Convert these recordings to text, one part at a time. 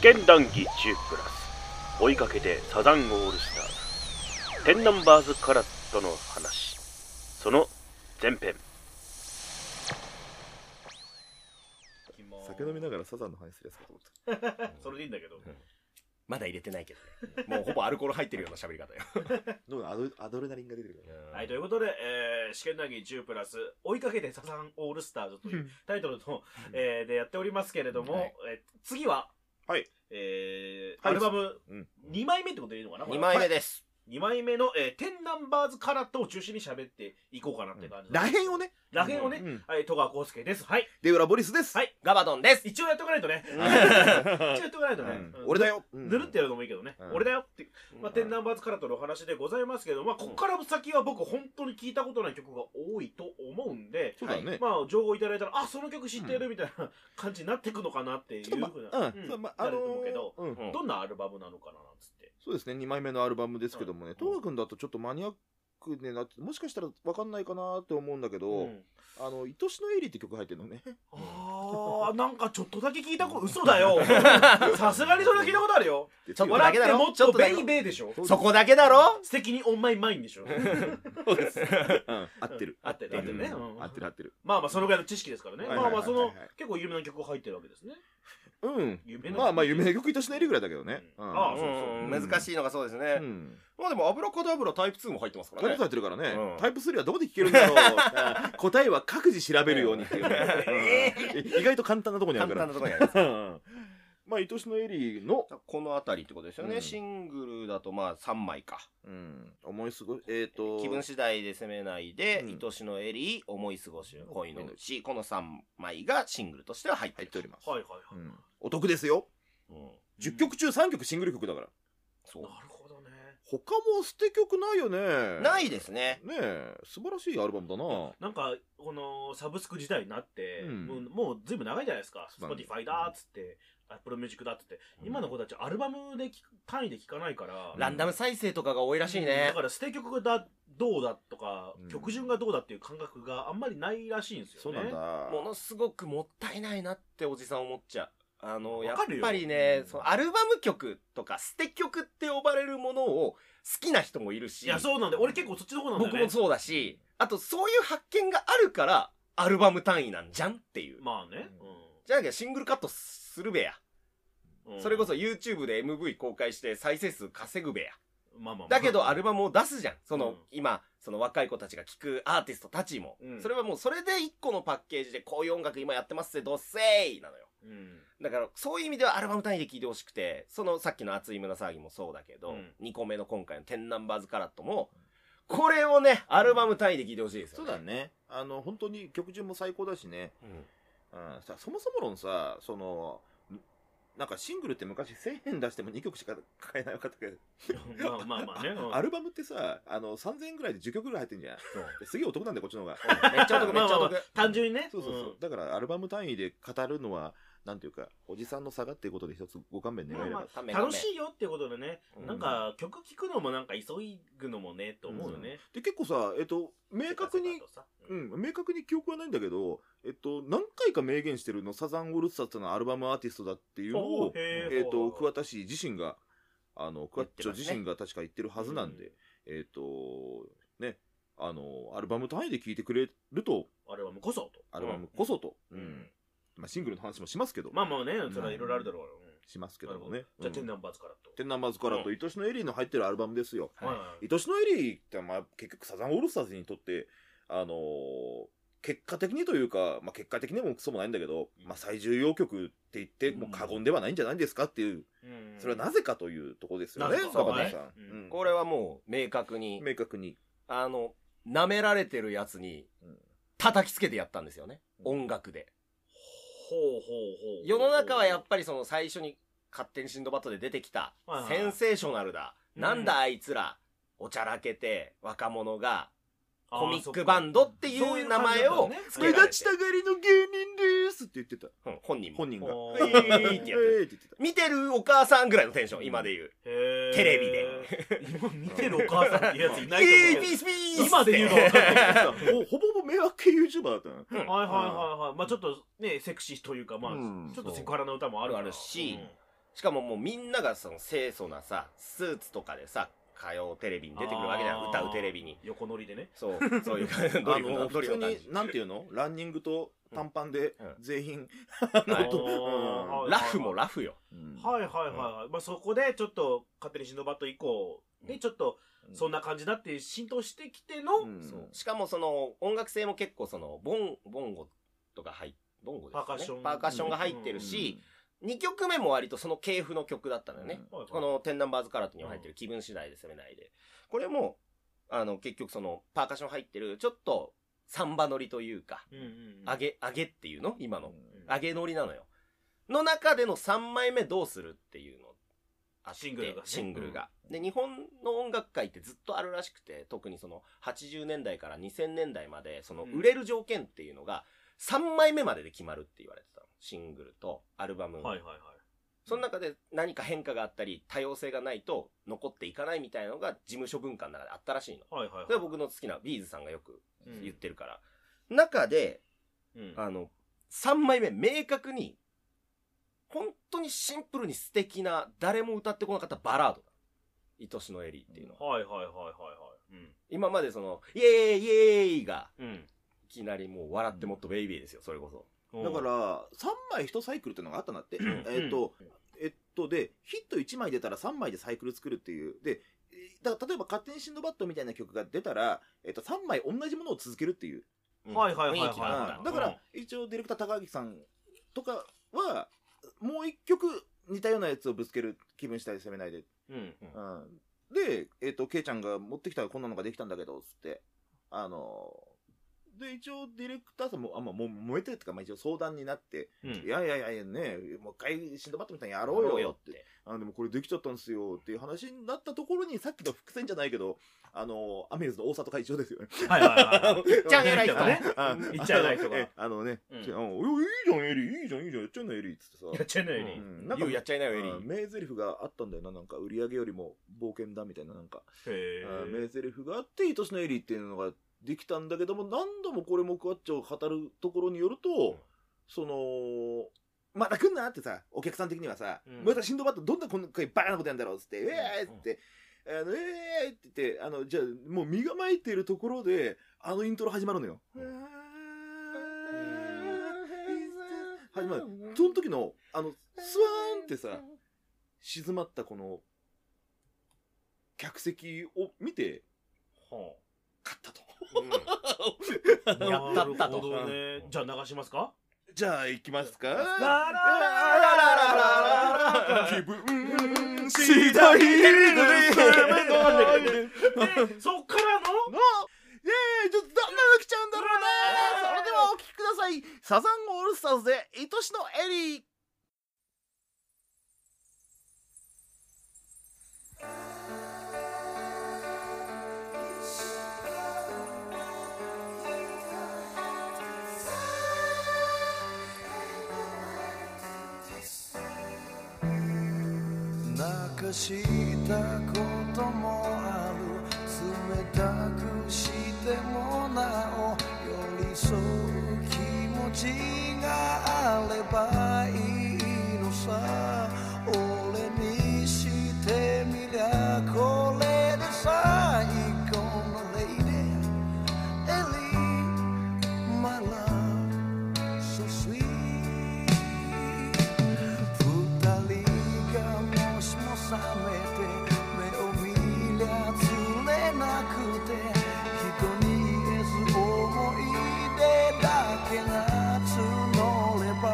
剣談義10プラス追いかけてサザンオールスター10ナンバーズカラットの話その前編酒飲みながらサザンの話するやつかと思っそれでいいんだけど。まだ入れてないけどね。もうほぼアルコール入ってるような喋り方よ。た。どうだアドアドレナリンが出てくるから。はい、ということで、えー、試験談義10プラス、追いかけてサザンオールスターズというタイトルの、えーでやっておりますけれども、はいえー次は、はい。えー、はアいルバムうん2枚目ってことでいいのかな2枚目です。 2枚目の、えー、テンナンバーズカラットを中心に喋っていこうかなって感じ。らへんをね。らへんをね、うんはい、戸川康介です。はい。で、裏ボリスです。はいガバドンです。一応やっとかないとね。 一応やっとかないとね。うん俺だよ。ぬるってやるのもいいけどね、うん俺だよって、まあ、テンなナンバーズカラットのお話でございますけど、まあ、ここから先は僕本当に聞いたことない曲が多いと思うんで、そうだね。まあ、情報いただいたら、あ、その曲知ってるみたいな感じになってくのかなっていうちふょうっな、とまうんそう、まあ、あなのると思うけど、ー、うんうんどんなアルバムなのかななんつって。そうですね、2枚目のアルバムですけどもうね、ん東く君だとちょっとマニアックになって、もしかしたらわかんないかなって思うんだけうど、んあの、愛しのエイリーって曲入ってるのね。あー、なんかちょっとだけ聞いたこと、嘘だ よ。 さすがにそれは聞いたことあるよ。ちょっと笑だっけだてろもっちょとっとだけベイベーでしょ。そこだけだろ素敵にオンマイマインでしょ。そうです。うん合ってる。合ってる合ってるねうんうん合ってる合ってる。まあまあ、そのぐらいの知識ですからね。はいはいはまあまあ、いそのはいはい、結構有名な曲が入ってるわけですね。うん。有名なまあまあ、有名な曲、愛しのエイリーぐらいだけどね。ううんんあーうんそうそう難しいのがそうですうね。ん。まあでも、アブラカダブラタイプ2も入ってますかタらイプねさ。れてるからね、うんタイプ3はどこで聞けるんだ ろうあ答えは各自調べるようにっていうね、うん 意外と簡単なとこにあ簡るか単らなところにあります。うんまあ愛しのエリーの、このあたりってことですようね。んシングルだとまあ3枚か。うん、思い過ごえっ、と気分次第で攻めないで、うん愛しのエリー、思い過ごしの恋のうち、この3枚がシングルとしては入って入っるております、はいはいはうい。んお得ですようん10曲中3曲シングル曲だからそうなるほどね。他も捨て曲ないよねないですね。ねえ素晴らしいアルバムだななんか、このサブスク時代になって、うんもうもうずいぶん長いじゃないですか。そうなんだ Spotify だっつって、Apple Music だっつって、今の子たちアルバムで聞く単位で聞かないから、ランダム再生とかが多いらしいねだ。から捨て曲がだどうだとか、うん曲順がどうだっていう感覚があんまりないらしいんですよね。そうなんだ、ものすごくもったいないなっておじさん思っちゃう。あの、わやっかるよぱりねう、んそのアルバム曲とか捨て曲って呼ばれるものを好きな人もいるし、いや、そうなんで、俺結構そっちの方なんだよ僕ね。もそうだし、あとそういう発見があるから、アルバム単位なんじゃんっていう。まあね。じゃなきゃシングルカットするべや。うんそれこそ、YouTube で MV 公開して再生数稼ぐべや。まあまあまあだけどアルバムを出すじゃ ん。その、うん今、その若い子たちが聴くアーティストたちも、うんそれはもうそれで一個のパッケージでこういう音楽今やってますぜ、どっせいなのよ。うん。だから、そういう意味ではアルバム単位で聴いてほしくて、そのさっきの熱い胸騒ぎもそうだけうど、ん二2個目の今回の10ナンバーズカラットも、これをね、アルバム単位で聴いてほしいですよ、そうだ。ねあの本当に曲順も最高だしね、うんうんさそもそも論さそのんなんかシングルって昔1000円出しても2曲しか買えなかったけど、まあまあまあね。うんアルバムってさあの3000円ぐらいで10曲ぐらい入ってんじゃんそうですげえお得なんだよこっちの方がめっちゃお得、めまっあちまゃあまおあ得。単純にね。そうそうそう、だからアルバム単位で語るのはなんていうかおじさんの差がっていうことで一つご勘弁願えれば、まあまためうんため楽しいよってことでね。うんなんか曲聴くのもなんか急ぐのもねと思うよね。で結構さえっと明確にせかせかとさうん、明確に記憶はないんだけど、えっと、何回か明言してるの、サザンオールスターズのアルバムアーティストだっていうのおーを、へーえっそうと、だ桑田氏自身が、あの、桑田言ってますね自身が確か言ってるはずなんで、えっと、ね、あの、アルバム単位で聴いてくれると、アルバムこそと。アルバムこそと、ううんん。まあ、シングルの話もしますけど、まあまあね、それはいろいろあるだろうからうんしますけどもね。じゃあ、テンナナンバーズからと。天南マズからと、愛しのエリーの入ってるアルバムですよ。はいはい愛しのエリーって、まあ、結局サザンオールスターズにとって、あのー結果的にというか、まあ、結果的にもクソもないんだけど、まあ、最重要曲って言っても過言ではないんじゃないですかっていう、うんそれはなぜかというところですよね、なぜか坂本さん。はいうんこれはもう明確に、明確に。あの、舐められてるやつにうん、叩きつけてやったんですよね。うん音楽で。ほうほうほう。世の中はやっぱりその最初に勝手にシンドバッドで出てきたはい、はいセンセーショナルだ。うんなんだあいつら、おちゃらけて若者が、あーコミックバンドっていそういうう名感じ前なんをだね、付目けられ立ちてたがりの芸人ですって言ってた。うん本人も本。人が。おえーーってやってた。見てるお母さんぐらいのテンション、今で言う。へーテレビで。今見てるお母さんっていうやついえないと思ー、う ピけースピーど。ス今で言うのは分かんないけ どさほほぼほぼ迷惑系 YouTuber だったの。うんはいはいはいはい。まあちょっとね、セクシーというか、まあ、うんちょっとセクハラの歌もあるからあるししかももうみんながその清楚なさ、スーツとかでさ、歌謡テレビに出てくるわけじゃあん。ー歌うテレビに。横乗りでね。そう、そういう感じ。ドあリフのの、ド普リ通フの感にじ。なんていうのランニングと短パンでうん全員、はいとあーラフもラフよ。うんはいはいはいはい。まあそこでちょっと、勝手にシンドバッド以降うで、んちょっと、そんな感じだって浸透してきての、うんそうしかもその音楽性も結構そのボン、ボンゴとか入っボンゴですかパねーカッションパーカッションが入ってるし、2曲目も割とその系譜の曲だったのよね。はいはいこの「テンナンバーズカラット」には入ってる気分次第で攻めないで。これも、あの、結局その、パーカッション入ってる、ちょっと、サンバ乗りというか、うんうんうん上げ、上げっていうの今うの。ん上げ乗りなのよ。の中での3枚目どうするっていうの。あってシングルがねシングルが。で、日本の音楽界ってずっとあるらしくて、特にその80年代から2000年代まで、そのうん売れる条件っていうのが3枚目までで決まるって言われてたの。シングルとアルバム。はいはいはい。その中で何か変化があったり、多様性がないと残っていかないみたいなのが事務所文化の中であったらしいの。はいはいはい。それは僕の好きなビーズさんがよくうん言ってるから。中で、うん、あの、3枚目、明確に、本当にシンプルに素敵な、誰も歌ってこなかったバラードだ。愛しのエリーっていうのは。はいはいはいはいはい。今までその、イエーイイエーイが、うん。いきなりもう笑ってもっとベイビーですよ、それこそ。うん。だから、3枚1サイクルっていうのがあったんだって。えっと、えっと、で、ヒット1枚出たら3枚でサイクル作るっていう。で、えーだから例えば勝手にシンドバッドみたいな曲が出たら、えっと、3枚同じものを続けるっていう。うんはいはいはいはい雰囲気があっただから、一応ディレクター高木さんとかは、もう1曲似たようなやつをぶつける気分したり攻めないで。うん。うん。で、えっと、ケイちゃんが持ってきたらこんなのができたんだけど、つって。あので、一応、ディレクターさんも、あ、まあ、もう燃えてるっていうか、まあ、一応相談になって、うんいやいやいやいやね、もう一回シンドバッドみたいにややろうよって。て。あでもこれできちゃったんですよっていう話になったところに、さっきの伏線じゃないけど、あの、アメーズの大里会長ですよね。はいはい はいはい。いっちゃう偉い人がねいっちゃう偉い人があのね、うんいやいいじゃん、エリー、いいじゃん、いいじゃん、やっちゃうの、エリーっつってさ。やっちゃいなより。うんなんか、やっちゃいなよ、エリあー。名台詞があったんだよな、なんか、売り上げよりも冒険だみたいな、なんか。へあー名え。台詞があって、愛しのエリーっていうのができたんだけども、何度もこれもクワッチを語るところによると、んその、また来んなってさ、お客さん的にはさ、うんまたシンドバッドどんなこんなバカなことやんだろうっつって、うえーういっんて、あの、えーいって言って、あの、じゃあもう身構えてるところで、あのイントロ始まるのよ。うんうわー始まる。その時の、あの、スワーンってさ、静まったこの、客席を見て、は勝ったと。あやったっなたとるほどね。じゃあ流しますかじゃあ行きますか。ラララララララ気分次第ででのそっからのイエーイちょっとどんなの来ちゃうんだろうねそれではお聞きくださいサザンオールスターズで愛しのエリー泣かしたこともある冷たくしてもなお寄り添う気持ちがあればいいのさ俺にしてみりゃこれで最高のレイデエリー My love so sweet 二人がもしも覚めて目を見りゃつれなくて人に言えず思い出だけが募れば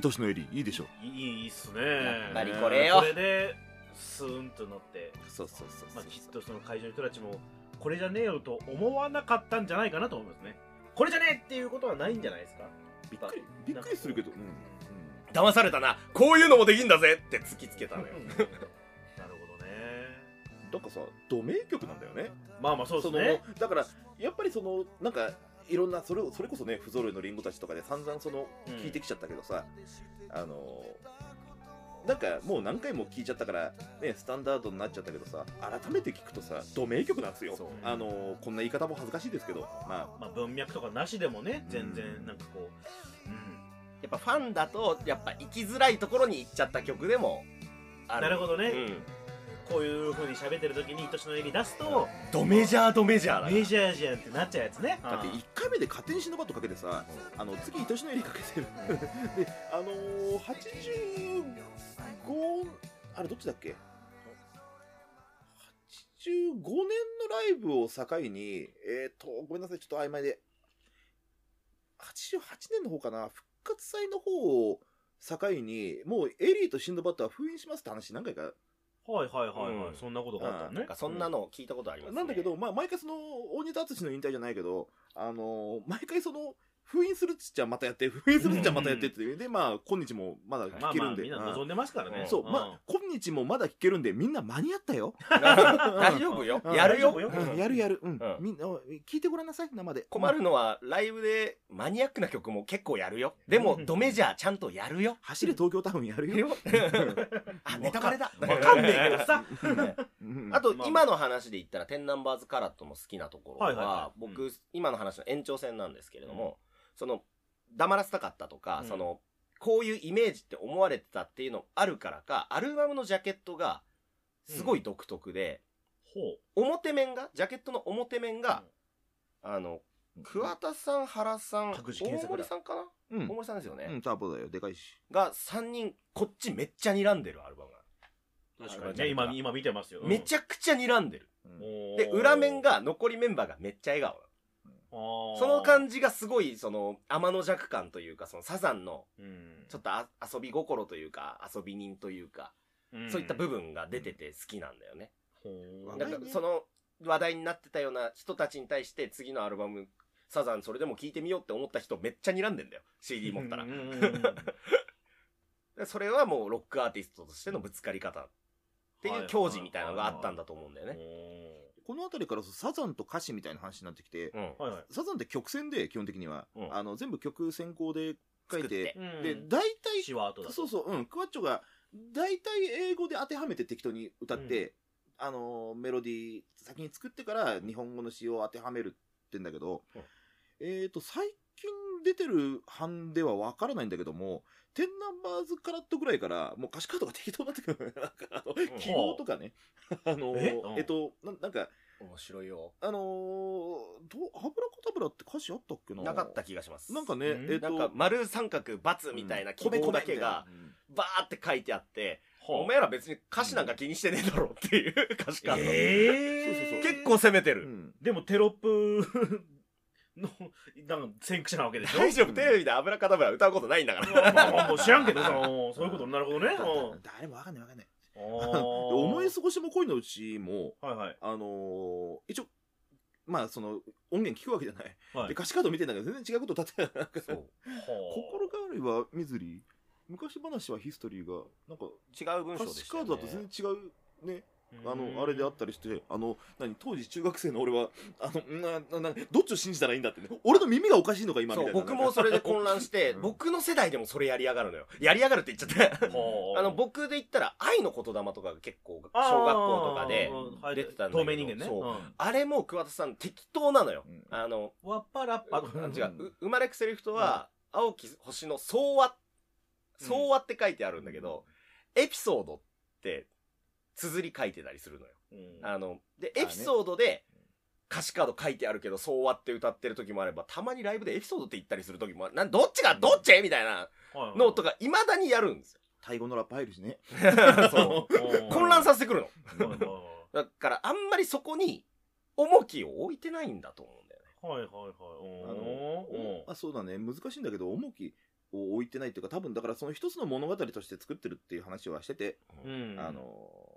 年のエリーいいでしょいいいいっすねやっぱりこれよこれでスーンとなって、そうそうそうまあ、きっとその会場の人たちもこれじゃねえよと思わなかったんじゃないかなと思いますねこれじゃねえっていうことはないんじゃないですかびっくりびっくりするけどうん、うん騙されたなこういうのもできんだぜって突きつけたうんのなよるほどねなんかさド名曲なんだよねまあまあそうですのねだからやっぱりそのなんかいろんなそれをそれこそね不揃いのリンゴたちとかで散々そのうん聞いてきちゃったけどさ、あのなんかもう何回も聞いちゃったから、ね、スタンダードになっちゃったけどさ改めて聞くとさド名曲なんですよそうあのこんな言い方も恥ずかしいですけどままあ、文脈とかなしでもね全うん然なんかこう、うんやっぱファンだとやっぱ行きづらいところに行っちゃった曲でもあるなるほどね、うんこういうふうに喋ってる時に愛しの絵に出すとドメジャードメジャーだからメジャーじゃんってなっちゃうやつねあだって1回目で勝手にシのバットかけてさあの次愛しのエリかけてる であのー、85あれどっちだっけ85年のライブを境にえっ、とごめんなさいちょっと曖昧で88年の方かな復活祭の方を境にもうエリーとシンドバットは封印しますって話何回かはいはいはいはい、うんそんなことがあったのなんねかそんなの聞いたことありますねなんだけど、まあ、毎回その、大仁田淳の引退じゃないけど、あのー毎回その、封印するっつっちゃまたやって、封印するっつっちゃまたやってっていう。で、まあ、今日もまだま聞あけまるあんで。みんなうん望んでますからね、うんそう、んまあ、今日もまだ聞けるんで、みんな間に合ったよ。 大丈夫ようんやるよ大丈夫うんやるやる。うんうん。みんな、聞いてごらんなさい、生で。困るのはライブでマニアックな曲も結構やるよでもうんドメジャーちゃんとやるよ走れ東京タウンやるよ。あネタバレだわかんねえけどさうんあとまあ今の話で言ったら「テンナンバーズカラット」の好きなところはいはいははい僕今の話の延長線なんですけれどもその黙らせたかったとかうんそのこういうイメージって思われてたっていうのあるからかアルバムのジャケットがすごい独特でほ表面がジャケットの表面がうあの桑田さん原さん各自検大索だ森さんかなうん大森さんですようねん、ターボだよ、でかいし。が3人こっちめっちゃ睨んでるアルバムがう確確かかににね今今見てますよ、めちゃくちゃ睨んでるゃで裏面が残りメンバーがめっちゃ笑顔なのそのじ、感じがすごいその天の弱感というかそのサザンのうんちょっとあ遊び心というか遊び人というか、そういった部分が出てて好きなんだよね、分うんだからその話題になってたような人たちに対して次のアルバムサザンそれでも聴いてみようって思った人めっちゃ睨んでんだよ CD 持ったら、 でそれはもうロックアーティストとしてのぶつかり方っていう矜持みたいなのがあったんだと思うんだよね、この辺りからそうサザンと歌詞みたいな話になってきて、うんはいはいサザンって曲線で、基本的には。うんあの、全部曲先行で書いて、うんで、大体シワートだとそうそう、うん、クワッチョが大体英語で当てはめて適当に歌って、あのーメロディー先に作ってから日本語の詞を当てはめるってんだけど、うんえっ、と、最近出てる版ではわからないんだけども、テンナンバーズカラットぐらいから、もう歌詞カードが適当になってくるのよ。なんか、あの、記号とかね。あのーえうんえっと、ななんか、面白いよあのー、どう、油こたぶらって歌詞あったっけななかった気がしますなんかね、うんえっなと、んか丸三角×みたいな記号だけがバーって書いてあって、お前ら別に歌詞なんか気にしてねえだろっていう歌詞が、えー、そうそうそう結構攻めてうる、んでもテロップ のなんか先駆者なわけでしょ大丈夫、うんテレビで油かたぶら歌うことないんだから、まあまあまあもう知らんけど さうんそういうことになるほどねだだうん誰もわかんないわかんない。あでー思い過ごしも恋のうちも、はいはいあのー一応、まあその音源聞くわけじゃない。はいで歌詞カード見てんだけど全然違うこと立ってない。そう心変わりはみずり、昔話はヒストリーが、なんか違う文章歌で詞したカードよ、ねだ、と全然違う。ね、あうんのあれであったりしてあの何当時中学生の俺はあのなななどっちを信じたらいいんだってね俺の耳がおかしいのか今みそたういな僕もそれで混乱して、うん僕の世代でもそれやりやがるのよやりやがるって言っちゃってほうあの僕で言ったら愛の言霊とかが結構小学校とかであー出てたんだけど透明人間ねそうんあれも桑田さん適当なのよ、うんあのわっぱらっぱあと違うう生まれくセリフとは、青き星の総和総和って書いてあるんだけど、エピソードって綴り書いてたりするのよ、うんあのであねエピソードで歌詞カード書いてあるけど総和って歌ってる時もあればたまにライブでエピソードって言ったりする時もあるなんどっちがどっちみたいなはいはい のとかいまだにやるんですよタイ語のラップ入るしね そううん混乱させてくるのはいはいはいだからあんまりそこに重きを置いてないんだと思うんだよねはいはいはい。あおーおまあそうだね難しいんだけど重きを置いてないっていうか、多分だからその一つの物語として作ってるっていう話はしてて、うんあのー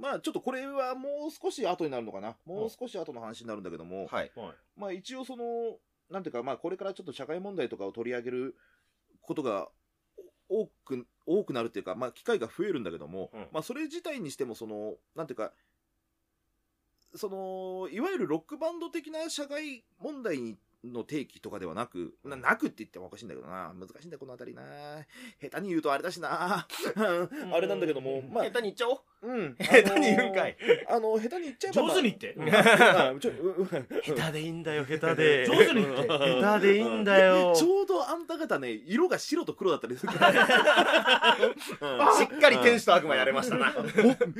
まあちょっとこれはもう少し後になるのかな。もう少し後の話になるんだけども、はい。はいまあ一応その、なんていうか、まあこれからちょっと社会問題とかを取り上げることがお多く、多くなるっていうか、まあ機会が増えるんだけども、うんまあそれ自体にしてもその、なんていうか、その、いわゆるロックバンド的な社会問題の提起とかではなく、ななくって言ってもおかしいんだけどな、難しいんだよこのあたりな。下手に言うとあれだしな。 あれなんだけども、まあ下、手にいっちゃおう。うん。下手に言うんかい。あのー。あのー、下手に言っちゃえば、上まあ手に言ってうんあちょうんうん 下手でいいんだよ、下手上手に言って下手でいいんだよ。ちしょうどあんた方ね、色が白と黒だったりするから、っかり天使と悪魔やれましたな。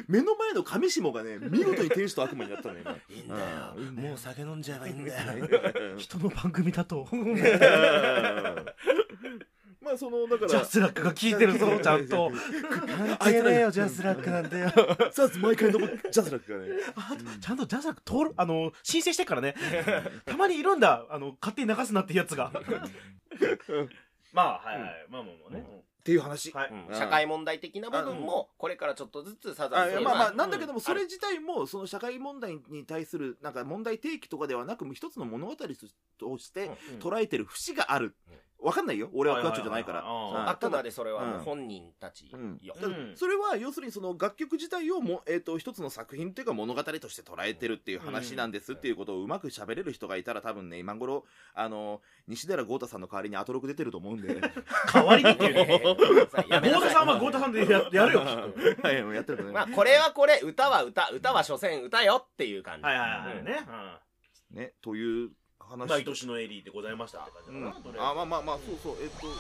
目の前の上下がね、見事に天使と悪魔になったのよ、今。いいんだよもう酒飲んじゃえばいいんだ。人の番組だとまあ、その、だから、ジャスラックが聞いてる ぞちゃんと関係ねえよジャスラックなんだ よさあ、毎回のジャスラックがね、あちゃんとジャスラック登録あの申請してから ねたまにいるんだあの勝手に流すなってやつがまあはいはいまあまあまあねっていう話。はいうん社会問題的な部分も、これからちょっとずつサザあンいさやんまあまあ、うんなんだけども、それ自体も、その社会問題に対する、なんか問題提起とかではなく、一つの物語としてうん捉えてる節がある。わかんないよ。俺はクワッチョじゃないから。はいはいはいはいうんあくまでそれはもううん本人たちうんよ。うんそれは要するにその楽曲自体をも、えー、と一つの作品というか物語として捉えてるっていう話なんですっていうことをうまく喋れる人がいたら多分ね今頃あの西寺豪太さんの代わりにアトロク出てると思うんで代わりにって いういやいやねいやごめん豪な さいやめな太さいさんは豪太さんでや やるよきっと はいもうやってるとね,、まあ、これはこれ、歌は歌、歌は所詮歌よっていう感じ。はいはいはいねねといううん話大年のエリーでございましたって感じうだん、なあとりあえずまあまあまあそうそうえっと、うん